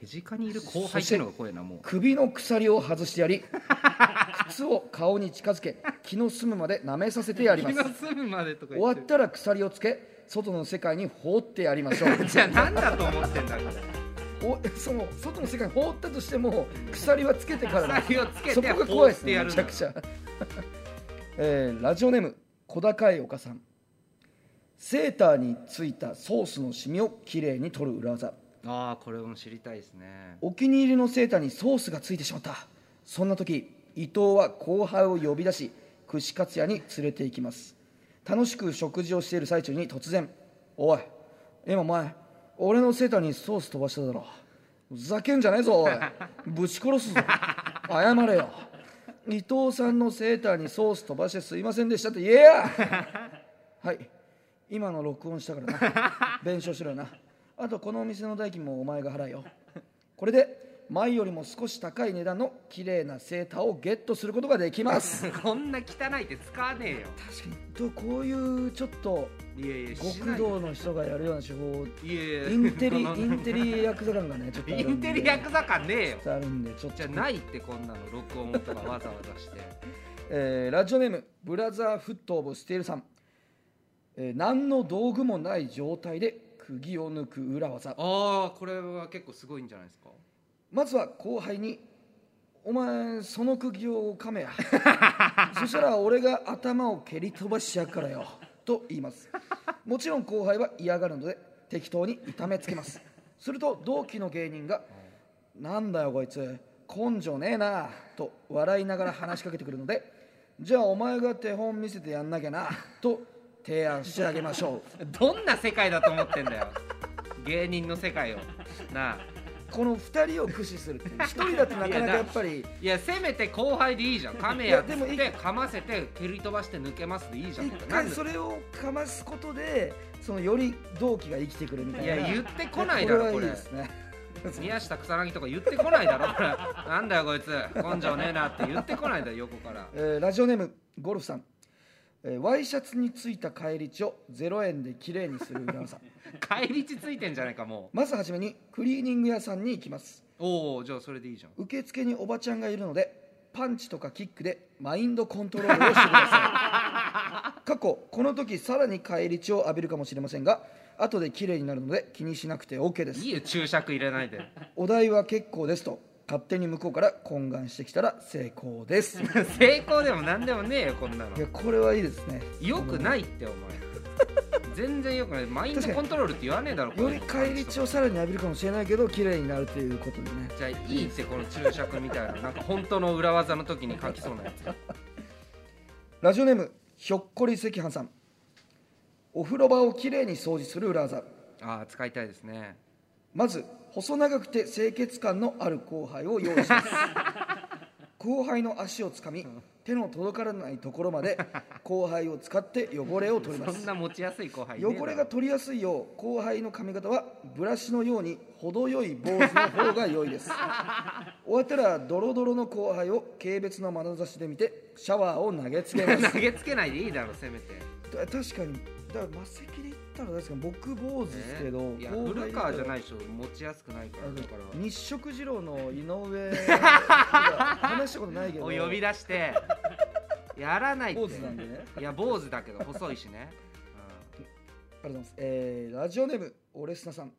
[SPEAKER 1] 手近にいる後輩っていうのが怖いなもう
[SPEAKER 2] 首の鎖を外してやり 靴を顔に近づけ気の済むまで舐めさせてやりま
[SPEAKER 1] 気
[SPEAKER 2] す
[SPEAKER 1] の済むまでとか
[SPEAKER 2] 終
[SPEAKER 1] 言
[SPEAKER 2] わ
[SPEAKER 1] って
[SPEAKER 2] ったら鎖をつけ外の世界に放ってやりましょ う
[SPEAKER 1] じゃあ何だと思ってんだから
[SPEAKER 2] おその外の世界に放ったとしても鎖はつけてからだ
[SPEAKER 1] 鎖をつけ
[SPEAKER 2] そ
[SPEAKER 1] て
[SPEAKER 2] こが
[SPEAKER 1] 放
[SPEAKER 2] 怖いで
[SPEAKER 1] っ
[SPEAKER 2] す
[SPEAKER 1] て
[SPEAKER 2] ね
[SPEAKER 1] やるん
[SPEAKER 2] めちゃ
[SPEAKER 1] だ
[SPEAKER 2] くちゃ、 えーラジオネーム小高い岡さんセーターについたソースのシミをきれいに取る裏技
[SPEAKER 1] ああこれも知りたいですね
[SPEAKER 2] お気に入りのセーターにソースがついてしまったそんな時伊藤は後輩を呼び出し串カツ屋に連れて行きます楽しく食事をしている最中に突然「おい今お前俺のセーターにソース飛ばしただろふざけんじゃねえぞおいぶち殺すぞ謝れよ伊藤さんのセーターにソース飛ばしてすいませんでしたって言えやはい今の録音したから な弁償しろよなあとこのお店の代金もお前が払えよこれで前よりも少し高い値段の綺麗なセーターをゲットすることができます
[SPEAKER 1] こんな汚いって使わね
[SPEAKER 2] 確かにこういうちょっと
[SPEAKER 1] えよいやいやしな
[SPEAKER 2] 極
[SPEAKER 1] いよ
[SPEAKER 2] 道の人がやるような手法
[SPEAKER 1] いやいや
[SPEAKER 2] イン テリ
[SPEAKER 1] その
[SPEAKER 2] インテリ役座感がねちょっとあ
[SPEAKER 1] イ
[SPEAKER 2] るん
[SPEAKER 1] ン
[SPEAKER 2] で
[SPEAKER 1] テリヤクザ感ねえよ
[SPEAKER 2] ちょっとあるんでちょっと
[SPEAKER 1] じゃないってこんなの録音とかわざわざして
[SPEAKER 2] えーラジオネームブラザーフットオブスティールさん、えー何の道具もない状態で釘を抜く裏技
[SPEAKER 1] ああこれは結構すごいんじゃないですか
[SPEAKER 2] まずは後輩に「お前その釘を噛めやそしたら俺が頭を蹴り飛ばしやっからよ」と言いますもちろん後輩は嫌がるので適当に痛めつけますすると同期の芸人が「なんだよこいつ根性ねえな」と笑いながら話しかけてくるので「じゃあお前が手本見せてやんなきゃな」と提案してあげましょう
[SPEAKER 1] どんな世界だと思ってんだよ芸人の世界をなあ
[SPEAKER 2] この2人を駆使するっていう1人だとなかなかやっぱり
[SPEAKER 1] いやせめて後輩でいいじゃん亀
[SPEAKER 2] い
[SPEAKER 1] や
[SPEAKER 2] や
[SPEAKER 1] っつ
[SPEAKER 2] で
[SPEAKER 1] っ
[SPEAKER 2] も
[SPEAKER 1] て噛ませて蹴り飛ばして抜けますでいいじゃん
[SPEAKER 2] 一
[SPEAKER 1] なん
[SPEAKER 2] 回
[SPEAKER 1] で
[SPEAKER 2] それをかますことでそのより同期が生きてくるみたい
[SPEAKER 1] い
[SPEAKER 2] な
[SPEAKER 1] や言ってこないだろこ
[SPEAKER 2] これはいい
[SPEAKER 1] れ
[SPEAKER 2] ですね
[SPEAKER 1] 宮下草薙とか言ってこないだろこ れなんだよこいつ根性ねえなって言ってこないだろ横から
[SPEAKER 2] えーラジオネームゴルフさん、えーワイシャツについた返り血を0円で綺麗にする浦和さん
[SPEAKER 1] 返り血ついてんじゃないかも
[SPEAKER 2] まずはじめにクリーニング屋さんに行きます
[SPEAKER 1] うおおじゃあそれでいいじゃん
[SPEAKER 2] 受付におばちゃんがいるのでパンチとかキックでマインドコントロールをしてくださ い過去この時さらに返り血を浴びるかもしれませんが後で綺麗になるので気にしなくて OK です
[SPEAKER 1] いいよ注釈入れないで
[SPEAKER 2] お題は結構ですと勝手に向こうから懇願してきたら成功ですい
[SPEAKER 1] 成功でも何でもねえよこんなの
[SPEAKER 2] やこれはいいですね
[SPEAKER 1] よくないってお前全然よくないマインドコントロールって言わねえだろこ
[SPEAKER 2] よ
[SPEAKER 1] れ
[SPEAKER 2] り返り血をさらに浴びるかもしれないけど綺麗になるということでね
[SPEAKER 1] じゃあいいってこの注釈みたいななんか本当の裏技の時に書きそうなやつ
[SPEAKER 2] ラジオネームひょっこり赤飯さんお風呂場をきれいに掃除する裏技
[SPEAKER 1] ああ使いたいですね
[SPEAKER 2] まず細長くて清潔感のある後輩を用意し ます後輩の足をつかみ手の届からないところまで後輩を使って汚れを取りま
[SPEAKER 1] そ
[SPEAKER 2] す
[SPEAKER 1] んな持ちやすい後輩ねえだろ
[SPEAKER 2] 汚れが取りやすいよう後輩の髪型はブラシのように程よい坊主の方が良い です終わったらドロドロの後輩を軽蔑の眼差しで見てシャワーを投げつ けます
[SPEAKER 1] 投げつけないでいいだろせめて
[SPEAKER 2] た確かにだから魔石で言ったら確かに僕坊主ですけど、
[SPEAKER 1] ねいや古川じゃないいでしょ持ちやすくないからだから
[SPEAKER 2] 日食二郎の井 上いや話したことないけど
[SPEAKER 1] を呼び出して やらないって
[SPEAKER 2] 坊主なんでね
[SPEAKER 1] いや坊主だけど細いし ね、
[SPEAKER 2] ありがとうございます。えーラジオネーム、オレスナさん。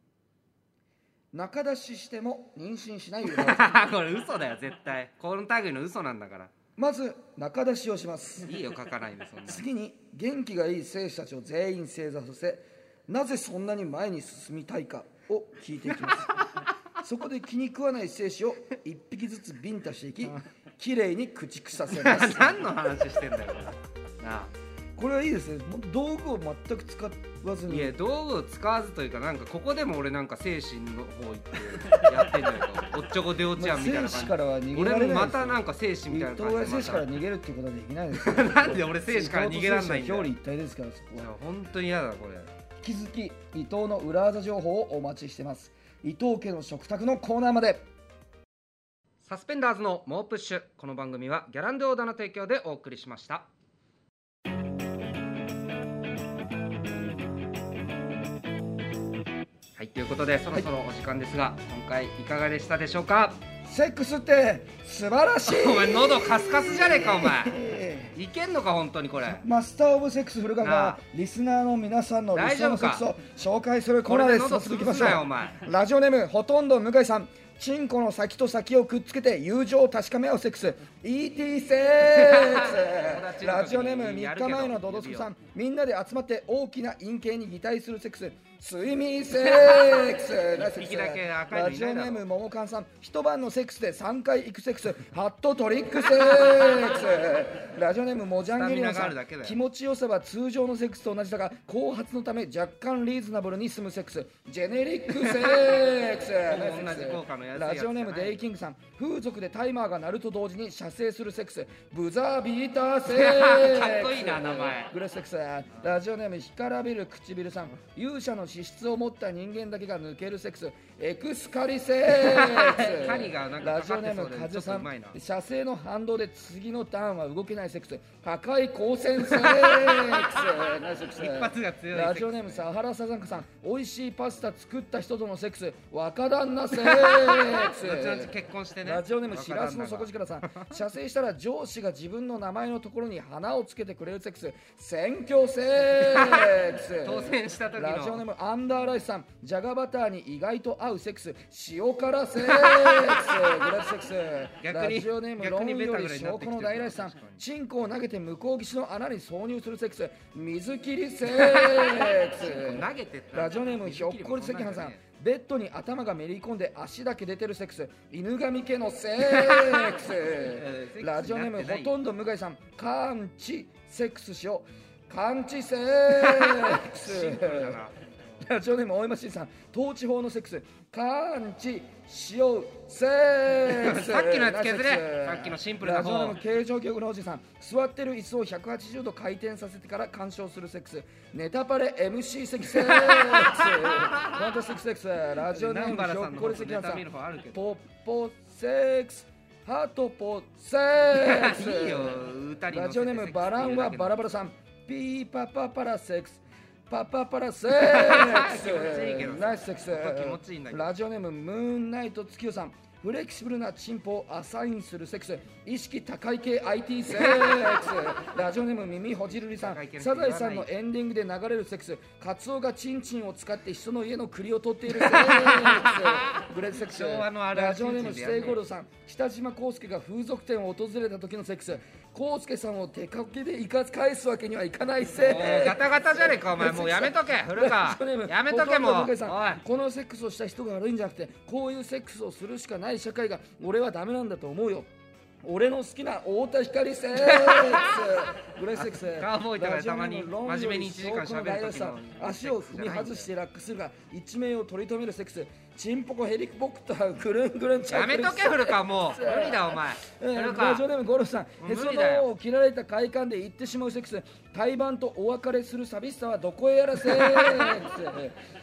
[SPEAKER 2] 中出ししても妊娠しないように
[SPEAKER 1] うんこれ嘘だよ絶対この類の嘘なんだから
[SPEAKER 2] まず、中出しをします。
[SPEAKER 1] いいよ書かないで そんな
[SPEAKER 2] 次に、元気がいい選手たちを全員正座させ、なぜそんなに前に進みたいかを聞いていき ます。そこで気に食わない精子を一匹ずつビンタしていき、きれいに駆逐させます。
[SPEAKER 1] 何の話してんだよこれな
[SPEAKER 2] これはいいですね。もう道具を全く使わず
[SPEAKER 1] あ
[SPEAKER 2] に。
[SPEAKER 1] いや道具を使わずというかなんかここでも俺なんか精神の方行ってやってんじゃないかお っちょこでおちゃんみたいな
[SPEAKER 2] ま
[SPEAKER 1] 感
[SPEAKER 2] あ精子
[SPEAKER 1] じ
[SPEAKER 2] からは逃げられない
[SPEAKER 1] 俺
[SPEAKER 2] で
[SPEAKER 1] も
[SPEAKER 2] すよ
[SPEAKER 1] またなんか精神みたいな
[SPEAKER 2] 伊
[SPEAKER 1] 感じ
[SPEAKER 2] 藤が
[SPEAKER 1] で
[SPEAKER 2] 精子から
[SPEAKER 1] ま
[SPEAKER 2] 逃げるっていうことはできな いですよ。
[SPEAKER 1] たなんで俺精子から逃げらんないんだ
[SPEAKER 2] 表
[SPEAKER 1] よ
[SPEAKER 2] 裏
[SPEAKER 1] い
[SPEAKER 2] 一体ですからそこ
[SPEAKER 1] や
[SPEAKER 2] は
[SPEAKER 1] 本当に嫌だこれ
[SPEAKER 2] 引き続き伊藤の裏技情報をお待ちしてます伊藤家の食卓のコーナーまで
[SPEAKER 1] サスペンダーズの猛プッシュこの番組はギャランドオーダーの提供でお送りしましたはいということでそろそろお時間ですが、今回いかがでしたでしょうか
[SPEAKER 2] セックスって素晴らしい
[SPEAKER 1] お前喉カスカスじゃねえかお前
[SPEAKER 2] え
[SPEAKER 1] いけんのか本当にこれ
[SPEAKER 2] ーマスター・オブ・セックス古川
[SPEAKER 1] なあ
[SPEAKER 2] がリスナーの皆さんの理想の
[SPEAKER 1] 大
[SPEAKER 2] セ
[SPEAKER 1] 丈
[SPEAKER 2] ックス
[SPEAKER 1] 夫
[SPEAKER 2] を紹介するコー
[SPEAKER 1] こ
[SPEAKER 2] ナー
[SPEAKER 1] れ
[SPEAKER 2] で
[SPEAKER 1] です喉
[SPEAKER 2] 続きま
[SPEAKER 1] 潰
[SPEAKER 2] し
[SPEAKER 1] す
[SPEAKER 2] ょ
[SPEAKER 1] なよお
[SPEAKER 2] う
[SPEAKER 1] 前
[SPEAKER 2] ラジオネームほとんど向井さんチンコの先と先をくっつけて友情を確かめ合うセックス ET セッ クスラジオネーム3日前のドドスコさんみんなで集まって大きな陰茎に擬態するセックス睡眠セックスナイスセ ックス
[SPEAKER 1] 一匹だけ赤いの
[SPEAKER 2] ラ
[SPEAKER 1] いないだろ
[SPEAKER 2] ジオネームももかんさん一晩のセックスで3回行くセックスハットトリックセック スラジオネームもじゃんげりの
[SPEAKER 1] スタミナが
[SPEAKER 2] さ
[SPEAKER 1] あ
[SPEAKER 2] ん
[SPEAKER 1] るだけだよ
[SPEAKER 2] 気持ちよさは通常のセックスと同じだが後発のため若干リーズナブルに済むセックスジェネリックセックス
[SPEAKER 1] 同じ効果の安いやつじゃな
[SPEAKER 2] ラ
[SPEAKER 1] い
[SPEAKER 2] ジオネームデイキングさん風俗でタイマーが鳴ると同時に射精するセックスブザービーターセック ス
[SPEAKER 1] かっこいいな名前
[SPEAKER 2] グレスセックスラジオネーム干からびる唇さん勇者の資質を持った人間だけが抜けるセックスエクスカリセック
[SPEAKER 1] カリがなんか
[SPEAKER 2] ラジオネー
[SPEAKER 1] かかってそうで
[SPEAKER 2] ムカズさ
[SPEAKER 1] ちょっとうんまいな
[SPEAKER 2] 射精の反動で次のターンは動けないセックス高い光線セッ クスナイスセックス
[SPEAKER 1] 一発が強いセックスね
[SPEAKER 2] ラジオネームサハラサザンカさん美味しいパスタ作った人とのセックス若旦那セッ クス
[SPEAKER 1] 後々結婚してね
[SPEAKER 2] ラジオネームしらすの
[SPEAKER 1] 若
[SPEAKER 2] 底
[SPEAKER 1] 旦
[SPEAKER 2] 力 さん射精したら上司が自分の名前のところに花をつけてくれるセックス選挙セックス
[SPEAKER 1] 当選した時の
[SPEAKER 2] ラジオネームアンダーライスさんじゃがバターに意外と合うセックス塩辛セックスグレープセックス
[SPEAKER 1] 逆に
[SPEAKER 2] ラジオネーム
[SPEAKER 1] 逆
[SPEAKER 2] ロ
[SPEAKER 1] に
[SPEAKER 2] ン
[SPEAKER 1] ベタ
[SPEAKER 2] よ
[SPEAKER 1] ぐらいに
[SPEAKER 2] り
[SPEAKER 1] なってきてる
[SPEAKER 2] 証拠の大来さん
[SPEAKER 1] 確かに
[SPEAKER 2] チンコを投げて向こう岸の穴に挿入するセックス水切りセックス
[SPEAKER 1] 投げてった
[SPEAKER 2] ラジオネームひょっこり赤飯さんベッドに頭がめり込んで足だけ出てるセックス犬神家のセッ ク
[SPEAKER 1] セックスになってない
[SPEAKER 2] スラジオネームほとんど向井さん完治セックスしよう完治セック ス
[SPEAKER 1] シンプルだな
[SPEAKER 2] ラジオネーム大山慎さん統治法のセックス完治しようセックス
[SPEAKER 1] さっきのやつ削れ
[SPEAKER 2] ナイスセックス
[SPEAKER 1] さっきのシンプルな方
[SPEAKER 2] ラジオネーム形状記憶のおじさん座ってる椅子を180度回転させてから鑑賞するセックスネタパレ MC セックス セックスファンタスティックセックスラジオネーム
[SPEAKER 1] 南原さ
[SPEAKER 2] ひょっ
[SPEAKER 1] んの
[SPEAKER 2] こり赤飯さ
[SPEAKER 1] ネタ見る方あるけど
[SPEAKER 2] んポッポセックスハートポセックス
[SPEAKER 1] いいよ歌に乗せて
[SPEAKER 2] ラジオネームバランはバラバラさんピーパパパラセックスパパパラセックス
[SPEAKER 1] 気持ちいいけどさ
[SPEAKER 2] ナイスセックス
[SPEAKER 1] 気持ちいいんだけど
[SPEAKER 2] ラジオネームムーンナイト月夜さんフレキシブルなチンポをアサインするセックス意識高い系 IT セック スラジオネーム耳ほじるりさん
[SPEAKER 1] 高い系の人
[SPEAKER 2] サザエさん
[SPEAKER 1] 言わ
[SPEAKER 2] の
[SPEAKER 1] な
[SPEAKER 2] エンディングで流れるセックスカツオがチンチンを使って人の家の栗を取っているセ ックスグレートセックス
[SPEAKER 1] 昭和のあるある
[SPEAKER 2] ラジオネーム
[SPEAKER 1] チンチン
[SPEAKER 2] ス
[SPEAKER 1] でやん
[SPEAKER 2] テイ
[SPEAKER 1] ね
[SPEAKER 2] ゴールドさん北島康介が風俗店を訪れた時のセックス康介さんを手かけでいか返すわけにはいかないセッ
[SPEAKER 1] もう
[SPEAKER 2] ク
[SPEAKER 1] ガ
[SPEAKER 2] ス
[SPEAKER 1] タガタじゃねえかお前もうやめ とけ古川
[SPEAKER 2] ラジオネーム
[SPEAKER 1] やめとけもう
[SPEAKER 2] ほ
[SPEAKER 1] お
[SPEAKER 2] とんど向
[SPEAKER 1] い
[SPEAKER 2] 井さんこのセックスをした人が悪いんじゃなくてこういうセックスをするしかない社会が俺はダメなんだと思うよ俺の好きな太田光セックスグレーセッ クス
[SPEAKER 1] カウボーイとかでたまに
[SPEAKER 2] ラジオネームロン
[SPEAKER 1] 真面目に一時間喋る時の
[SPEAKER 2] 足を踏み外してラックするが一命を取り留めるセックスチンポコヘリコプターぐるんぐるん着陸
[SPEAKER 1] やめとけ古川もう無理だお前
[SPEAKER 2] えー
[SPEAKER 1] 古
[SPEAKER 2] ラジオ
[SPEAKER 1] 川
[SPEAKER 2] ネームゴルフさん、
[SPEAKER 1] もう
[SPEAKER 2] へそ
[SPEAKER 1] 無理だよ
[SPEAKER 2] の緒を切られた快感で行ってしまうセックス、胎盤とお別れする寂しさはどこへやらせ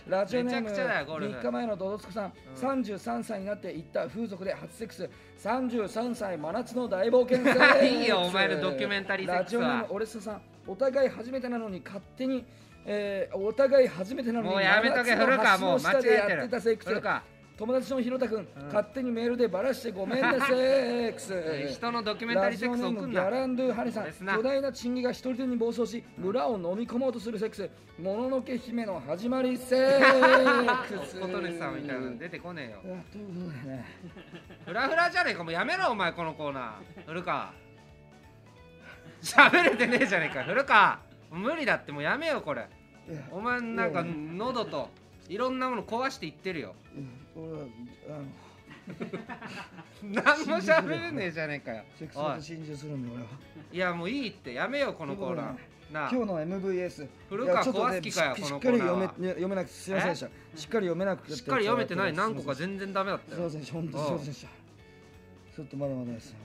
[SPEAKER 2] ラジオネー ム
[SPEAKER 1] めちゃくちゃだよゴルフ
[SPEAKER 2] 3日前のドドツクさん、33歳になって行った風俗で初セックス、33歳真夏の大冒険セックス
[SPEAKER 1] いいよお前のドキュメンタリーセックスは
[SPEAKER 2] ラジオネームオレスさん、お互い初めてなのに勝手に、えーお互い初めてなのに
[SPEAKER 1] もうやめとけ
[SPEAKER 2] 真夏の
[SPEAKER 1] 古川
[SPEAKER 2] 橋の下でやってたセックス
[SPEAKER 1] もう間違えてる古川
[SPEAKER 2] 友達のひろたくん、勝手にメールでバラしてごめ んなセックス
[SPEAKER 1] 人のドキュメンタリーセックス送んな
[SPEAKER 2] ラジオネームギャランドゥハネさん
[SPEAKER 1] ですな
[SPEAKER 2] 巨大なチンギが一人でに暴走し村を飲み込もうとするセックスもののけ姫の始まりセッ クス
[SPEAKER 1] 琴音さんみたいなの出てこねえよ
[SPEAKER 2] あということでね
[SPEAKER 1] フラフラじゃねえかもうやめろお前このコーナー古川 喋れてねえじゃねえか古川無理だってもうやめようこれ
[SPEAKER 2] いや
[SPEAKER 1] お前なんか
[SPEAKER 2] いやいや
[SPEAKER 1] 喉といろんなもの壊していってるよ
[SPEAKER 2] 俺はあの
[SPEAKER 1] 何も喋れねえじゃねえかよ
[SPEAKER 2] セックス
[SPEAKER 1] お
[SPEAKER 2] だ
[SPEAKER 1] い
[SPEAKER 2] と心中するんで俺はい
[SPEAKER 1] やもういいってやめようこのコーナ
[SPEAKER 2] そうだ
[SPEAKER 1] ーなあ
[SPEAKER 2] 今日の MVS
[SPEAKER 1] 古川
[SPEAKER 2] いやちょっとね
[SPEAKER 1] 壊す気かよ
[SPEAKER 2] し
[SPEAKER 1] この
[SPEAKER 2] しっかり
[SPEAKER 1] コーナーは
[SPEAKER 2] 読め読めなくてすいませんでしたしっかり読めなくて
[SPEAKER 1] しっかり読めてない何個か全然ダメだっ
[SPEAKER 2] す
[SPEAKER 1] た
[SPEAKER 2] いま
[SPEAKER 1] よ
[SPEAKER 2] せん本当にすいませんでしたちょっとまだまだです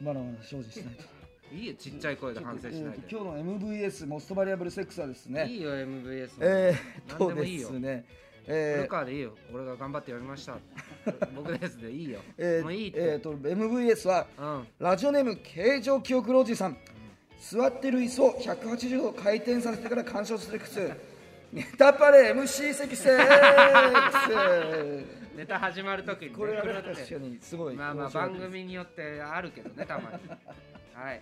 [SPEAKER 2] まだまだ精進しないと
[SPEAKER 1] いいよちっちゃい声で反省しない
[SPEAKER 2] えー今日の MVS モストバリアブルセックスはです
[SPEAKER 1] で
[SPEAKER 2] ね
[SPEAKER 1] いいよ MVS も
[SPEAKER 2] えー、
[SPEAKER 1] 何
[SPEAKER 2] と
[SPEAKER 1] でもいい
[SPEAKER 2] で
[SPEAKER 1] よ
[SPEAKER 2] すね
[SPEAKER 1] 古
[SPEAKER 2] えー
[SPEAKER 1] 川でいいよ俺が頑張ってやりました僕ですでいいよ
[SPEAKER 2] え
[SPEAKER 1] もういい
[SPEAKER 2] ー
[SPEAKER 1] って
[SPEAKER 2] えー、と MVS は
[SPEAKER 1] うん
[SPEAKER 2] ラジオネーム形状記憶老人さん座ってる椅子を180度回転させてから鑑賞するセックスネタパレ MC 席セック
[SPEAKER 1] ネタ始まる時に
[SPEAKER 2] ス
[SPEAKER 1] ね
[SPEAKER 2] これは
[SPEAKER 1] 来るって
[SPEAKER 2] 確かにすごい
[SPEAKER 1] まあまあ
[SPEAKER 2] 面白い
[SPEAKER 1] 番組によってあるけどねた まにはい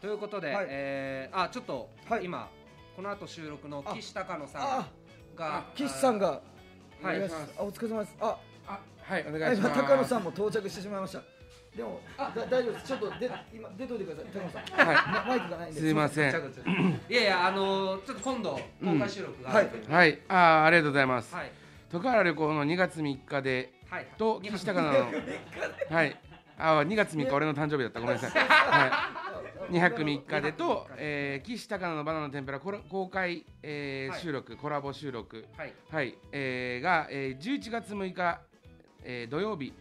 [SPEAKER 1] ということで、
[SPEAKER 2] はい
[SPEAKER 1] えーあちょっと、
[SPEAKER 2] はい
[SPEAKER 1] 今この後収録の岸隆野さ
[SPEAKER 2] あ
[SPEAKER 1] んが
[SPEAKER 2] 岸さんが
[SPEAKER 1] はい
[SPEAKER 2] お願いしますあお疲れ様ですあ
[SPEAKER 4] あはいお願いし
[SPEAKER 2] 今
[SPEAKER 4] ます
[SPEAKER 2] 高野さんも到着してしまいましたでもだ大丈夫ですちょっとで今出といてください高野さんまマイクがないんです
[SPEAKER 4] いません
[SPEAKER 1] いやいやあのーちょっと今度公開収録があるという、はい
[SPEAKER 4] はいあーありがとうございます、
[SPEAKER 1] はい
[SPEAKER 4] 徳原旅行の2月3日で
[SPEAKER 1] はい
[SPEAKER 4] と岸高菜のはいあ2月3日俺の誕生日だったごめんなさい、はい、2泊3日でと、えー、岸高菜のバナナの天ぷらコラ公開、えー
[SPEAKER 1] はい
[SPEAKER 4] 収録コラボ収録
[SPEAKER 1] はい
[SPEAKER 4] はい、えーが、えー11月6日、えー土曜日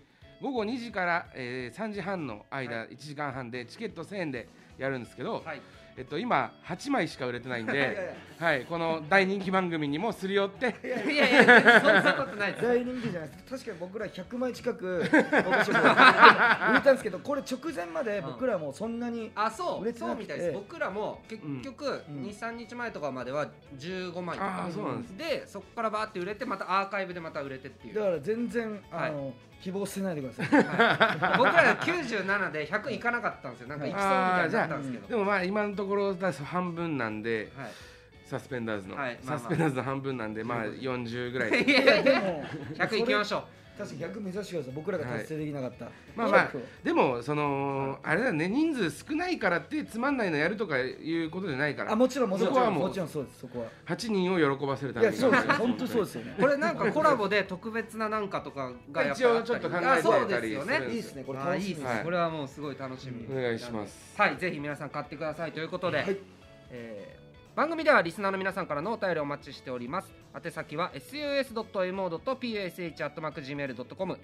[SPEAKER 4] 午後2時から、えー3時半の間、
[SPEAKER 1] は
[SPEAKER 4] 1時間半でチケット1000円でやるんですけど、
[SPEAKER 1] はい
[SPEAKER 4] えっと、今8枚しか売れてない ん
[SPEAKER 2] いやいや
[SPEAKER 4] で、はい、この大人気番組にもすり寄って
[SPEAKER 1] いやいやいやそんなことないです
[SPEAKER 2] 大人気じゃないです確かに僕ら100枚近く僕ちょっと売れたんですけどこれ直前まで僕らもそんなに、
[SPEAKER 1] あそ
[SPEAKER 2] 売れ
[SPEAKER 1] う
[SPEAKER 2] て
[SPEAKER 1] そ
[SPEAKER 2] な
[SPEAKER 1] う
[SPEAKER 2] くて
[SPEAKER 1] みたいです僕らも結局
[SPEAKER 2] うん
[SPEAKER 1] 23日前とかまでは15枚とか
[SPEAKER 4] あーそうなんで
[SPEAKER 1] でそこからバーって売れてまたアーカイブでまた売れてっていう
[SPEAKER 2] だから全然あの、希望してないでください
[SPEAKER 1] 僕ら97で100いかなかったんですよなんかいきそうみたいになったんですけ
[SPEAKER 4] で
[SPEAKER 1] ど
[SPEAKER 4] もまあ今のところだと半分なんで
[SPEAKER 1] はい
[SPEAKER 4] サスペンダーズの、
[SPEAKER 1] はいまあまあ
[SPEAKER 4] サスペンダーズの半分なんで まあ40ぐらいで
[SPEAKER 1] いやいや
[SPEAKER 2] でも
[SPEAKER 1] 100いきま
[SPEAKER 2] ょ
[SPEAKER 1] しょう
[SPEAKER 2] う確か100目指してください僕らが達成できなかった、
[SPEAKER 4] まあまあでもそのあれだね人数少ないからってつまんないのやるとかいうことじゃないから
[SPEAKER 2] あもちろんもちろん
[SPEAKER 4] そこはもう
[SPEAKER 2] もちろんそうですそこは
[SPEAKER 4] 8人を喜ばせるた
[SPEAKER 2] い
[SPEAKER 4] め
[SPEAKER 2] や
[SPEAKER 4] に
[SPEAKER 2] そう
[SPEAKER 4] 頑
[SPEAKER 2] です
[SPEAKER 4] 張る
[SPEAKER 2] よ本当そうですよね
[SPEAKER 1] これなんかコラボで特別ななんかとかがやっぱりあたり
[SPEAKER 4] 一応ちょっと考えてたり
[SPEAKER 1] あそうですよ
[SPEAKER 4] する
[SPEAKER 1] ね
[SPEAKER 2] いいですねこれ
[SPEAKER 1] あ
[SPEAKER 2] 楽
[SPEAKER 1] いい
[SPEAKER 2] しみ
[SPEAKER 1] で
[SPEAKER 2] ですす
[SPEAKER 1] ね、
[SPEAKER 2] ね
[SPEAKER 4] はい
[SPEAKER 1] これはもうすごい楽しみ
[SPEAKER 4] お願いします
[SPEAKER 1] はいぜひ皆さん買ってくださいということで、
[SPEAKER 2] はい
[SPEAKER 1] えー番組ではリスナーの皆さんからのお便りをお待ちしております宛先は sus.mo.push.gmail.com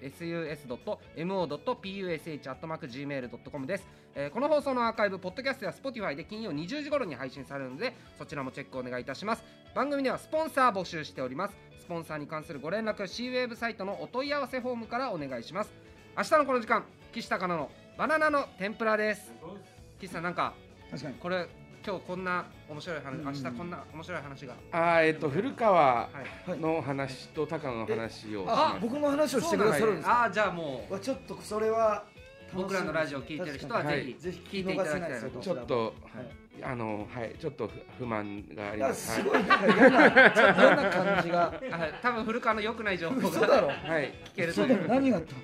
[SPEAKER 1] sus.mo.push.gmail.com です、えーこの放送のアーカイブポッドキャストや Spotify で金曜20時頃に配信されるのでそちらもチェックお願いいたします番組ではスポンサー募集しておりますスポンサーに関するご連絡 C ウェブサイトのお問い合わせフォームからお願いします明日のこの時間岸高菜のバナナの天ぷらです岸さんなんか
[SPEAKER 2] 確かに
[SPEAKER 1] これ今日こんな面白い話明日こんな面白い話が
[SPEAKER 4] あーえっと古川
[SPEAKER 1] はい
[SPEAKER 4] の話と高野の話をし
[SPEAKER 2] あ
[SPEAKER 4] ます
[SPEAKER 2] 僕の話をしてくださるんですか
[SPEAKER 1] あーじゃあもう
[SPEAKER 2] わちょっとそれは楽しみですね
[SPEAKER 1] 僕らのラジオ聞いてる人は
[SPEAKER 2] 確か
[SPEAKER 4] はい
[SPEAKER 1] ぜひ
[SPEAKER 2] ぜ
[SPEAKER 1] 聞
[SPEAKER 2] ひ
[SPEAKER 1] いていただきたいな
[SPEAKER 2] 聞き逃せないです
[SPEAKER 1] と
[SPEAKER 2] よ
[SPEAKER 4] ちょっと、
[SPEAKER 2] は
[SPEAKER 4] あのはいちょっと不不満があり
[SPEAKER 2] にあ
[SPEAKER 4] ます
[SPEAKER 2] すごいなんか嫌なちょっと嫌な感じが
[SPEAKER 1] はい多分古川の良くない情 報
[SPEAKER 2] 嘘
[SPEAKER 1] が
[SPEAKER 2] だろ
[SPEAKER 4] はい、はい、
[SPEAKER 1] 聞けると
[SPEAKER 2] 嘘
[SPEAKER 1] い
[SPEAKER 2] だろ
[SPEAKER 1] う
[SPEAKER 2] 何があった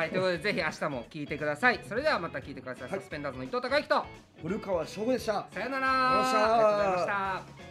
[SPEAKER 1] はいということでぜひ明日も聞いてくださいそれではまた聞いてください、
[SPEAKER 2] はい
[SPEAKER 1] サスペンダーズの伊藤孝之と
[SPEAKER 2] 古川翔吾でした
[SPEAKER 1] さよなら
[SPEAKER 2] よっしゃー
[SPEAKER 1] ありがとうございました